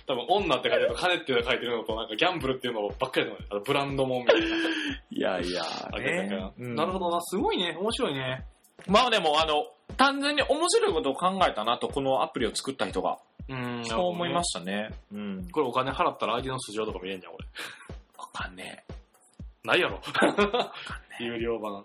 C: 多分、女って書いてるのと、金っていうの書いてるのと、なんか、ギャンブルっていうのばっかりだと思うあのブランドもんみたいな。
B: いやいや、
C: あれだから
B: うん
C: なるほどな、すごいね。面白いね。
B: まあでも、あの、単純に面白いことを考えたなと、このアプリを作った人が。
C: うん
B: そう思いま
C: し
B: したね。うん
C: た。。これお金払ったら相手の素性とか見えんじゃん、俺。
B: わかんねえ。
C: ないやろ。有料版。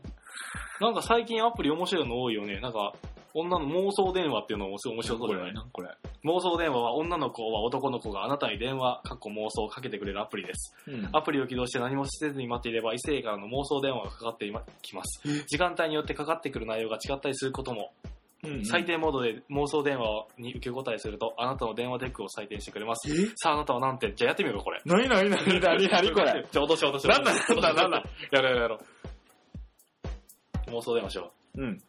C: なんか最近アプリ面白いの多いよね。なんか、女の妄想電話っていうのもすごい面白そうじゃない
B: これ。
C: 妄想電話は女の子は男の子があなたに電話、かっこ妄想をかけてくれるアプリです。
B: うん。
C: アプリを起動して何もせずに待っていれば異性からの妄想電話がかかってきます。時間帯によってかかってくる内容が違ったりすることも、
B: うん
C: 最低モードで妄想電話に受け答えすると、あなたの電話テックを採点してくれます。さあ、あなたはなんて、じゃあやってみようか、これ。
B: なになになになになにこれ。。
C: じゃあ、落としよう落とし
B: なんだなんだなんだ。
C: やろうやろうやろう。妄想電話しよ
B: うん。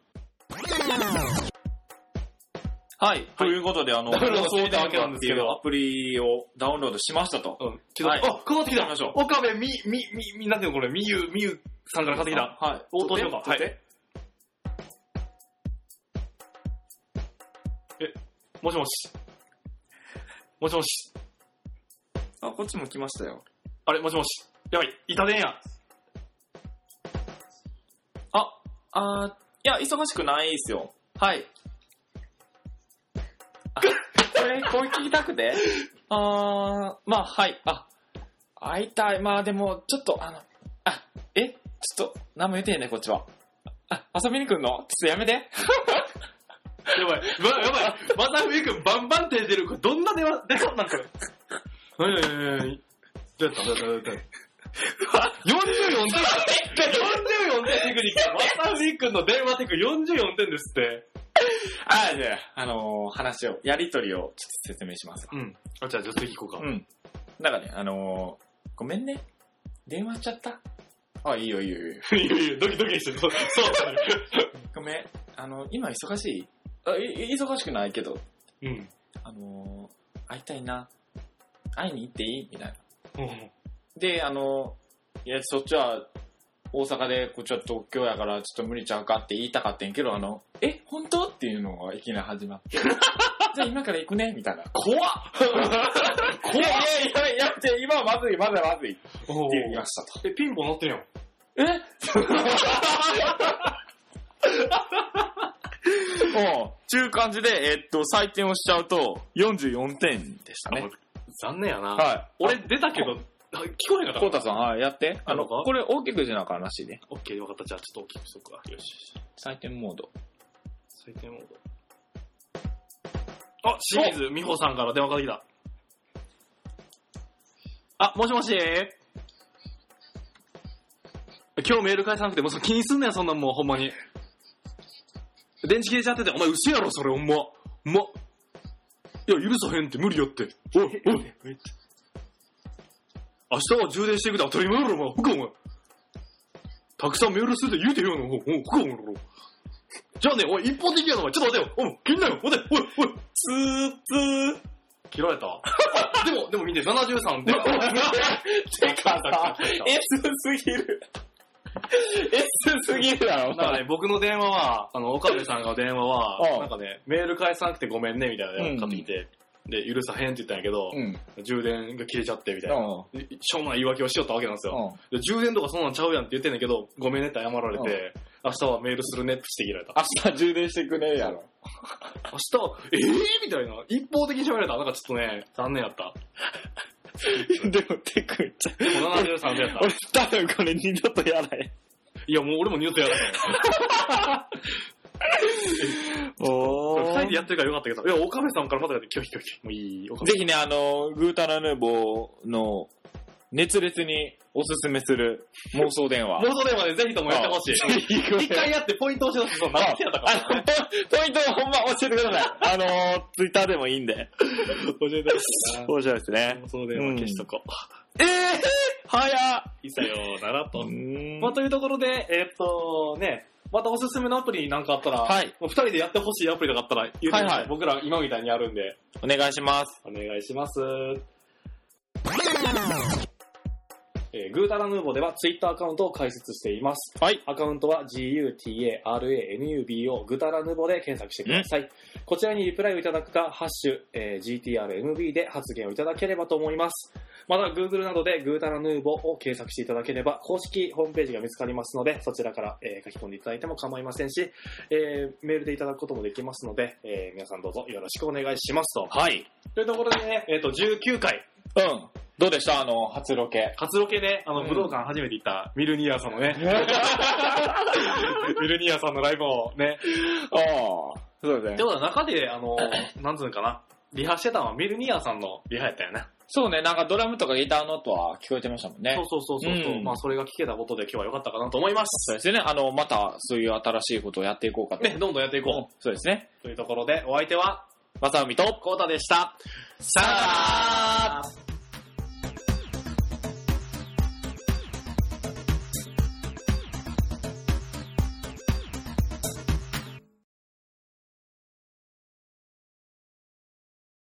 B: はい。ということで、あの、
C: ダウンロード
B: 放送電話って
C: してみたわけなんですけ
B: いう
C: ど
B: アプリをダウンロードしましたと。
C: う。うん。けど、
B: はい
C: あ、変わってき
B: 行きましょう
C: た。岡部み、み、み、み、なんていうのこれ、みゆ、みゆさんから買ってきた。
B: あはい。
C: おどうしようか
B: 撮って
C: はもしもし。もしもし。
B: あ、こっちも来ましたよ。
C: あれ、もしもし。やばい、いたでんや。
B: あー、いや、忙しくないですよ。はい。あこれ、これ聞きたくてあー、まあ、はい。あ、会いたい。まあ、でも、ちょっと、あの、あ、えちょっと、何も言ってへんね、こっちは。あ、遊びに来んのちょっとやめて。
C: やばい、うわやばい、またふみくんバンバン手出る。これどんな電話、出そうなんか。なになになにどうやったどうやったどうやった44点 !44 点テクニックまたふみくんの電話テク44点ですって。
B: あー、じゃあ、あのー話を、やりとりを、ちょっと説明します。
C: うん。あ、じゃあ、じゃあ次行こうか。
B: うん。だからね、あのーごめんね。電話しちゃった。あ、いいよ、いいよ、いいよ。
C: いやいや、ドキドキしてる。そう、
B: ごめん。あの、今忙しいあ、いい忙しくないけど、
C: う。うん。
B: あのー会いたいな。会いに行っていいみたいな。
C: うん
B: で、あのーいや、そっちは大阪で、こっちは東京やから、ちょっと無理ちゃうかって言いたかってんけど、あの、え、本当っていうのがいきなり始まって。じゃあ今から行くねみたいな。怖っ怖っいやいやいや、いや今はまずい、まずい、まずい。って
C: お
B: 言い
C: ー
B: ましたと。
C: え、ピンポン鳴ってんやん。
B: えおうちゅう感じで、えっと、採点をしちゃうと、44点でしたね。
C: 残念やな。
B: は
C: 俺出たけど、あ聞こえなか
B: い。
C: っ
B: こ
C: た
B: う。たさん、はい、やって。あの、
C: なのか
B: これ大きくじゃなかなしで。
C: オッケー、よかった。じゃあ、ちょっと大きくしとくわ。よしよし。
B: 採点モード。
C: 最低モード。あ、清水美穂さんから電話かけてきた。あ、もしもし今日メール返さなくて、もうそれ気にすんなよ、そんなんもう、ほんまに。電池切れちゃってて、お前嘘やろ、それ、ほんま。ほんま。いや、許さへんって、無理やって。おい、おい。明日は充電していくって当たり前やろ、お前。ふか、お前。たくさんメールするって言うてよ、お前。ふか、お前。じゃあね、おい、一方的やの、お前。ちょっと待てよ。おい、切んなよ。待て、おい、おい。
B: つーつ
C: 切られた でも、でも見て、73で。
B: ー。てかさ、S すぎる。S すぎるだろ、
C: なんかね、僕の電話は、あの、岡部さんの電
B: う
C: 話
B: ん
C: は、なんかね、メール返さなくてごめんね、みたいな
B: うん
C: の買ってきて、で、許さへんって言ったんやけど
B: う、ん。うん。
C: 充電が切れちゃって、みたいな。
B: う
C: しょうもない言い訳をしよったわけなんですよ。
B: ん。
C: で充電とかそんなんちゃうやんって言ってんだけど、ごめんねって謝られて、明日はメールするねってして切られた。
B: 明日充電してくねやろ。
C: 明日は、えぇ、みたいな。一方的に喋られた。なんかちょっとね、残念やった。
B: でも、テクめっちゃ
C: もう73でやった。
B: 俺、多分これ二度とやない。
C: いや、もう俺も二度とやらない。
B: お
C: 二人でやってるからよかったけど、いや、岡部さんからまたやって、拒否拒否。もういい、岡部
B: ぜひね、あの、グータラヌーボーの熱烈におすすめする妄想電 話。
C: 妄想電話でぜひともやってほしい。一回やってポイント押し出すと、何やった
B: あの、
C: か。
B: ポポイントをほんま教えてください。あのツイッターでもいいんで。
C: 教えてほ
B: 面白いですね。
C: 妄想電話消しとこう。
B: ええー、早っ
C: いいさよならと。
B: ん
C: まあ、というところで、えーっと、ね、またおすすめのアプリなんかあったら、
B: はい
C: もう二人でやってほしいアプリとかあったら言うてくださ
B: はいはい
C: い。僕ら今みたいにやるんで、
B: お願いします。
C: お願いします。えーグータラヌーボではツイッターアカウントを開設しています。
B: はい。
C: アカウントは GUTARANUBO グタラヌボで検索してください。こちらにリプライをいただくか、ハッシュ、えー GTRNB で発言をいただければと思います。また、Google などでグータラヌーボを検索していただければ、公式ホームページが見つかりますので、そちらから、えー書き込んでいただいても構いませんし、えーメールでいただくこともできますので、えー皆さんどうぞよろしくお願いしますと。
B: はい。
C: というところでね、えっ、と、19回、
B: うん。どうでしたあの、初ロケ。
C: 初ロケで、あの、
B: うん
C: 武道館初めて行ったミルニアさんのね、 ミルニアさんのライブをね、
B: ああ。そうですね。
C: でも中で、あの、なんつうのかな、リハしてたのはミルニアさんのリハやったよね。
B: そうね、なんかドラムとかギターの音は聞こえてましたもんね。
C: そうそうそうそう。う
B: うん
C: まあ、それが聞けたことで今日は良かったかなと思います。
B: そうですよね。あの、また、そういう新しいことをやっていこうかと。
C: ね、どんどんやっていこう。
B: そうですね。
C: というところで、お相手は、
B: まさみと、
C: コウタでした。
B: さよなら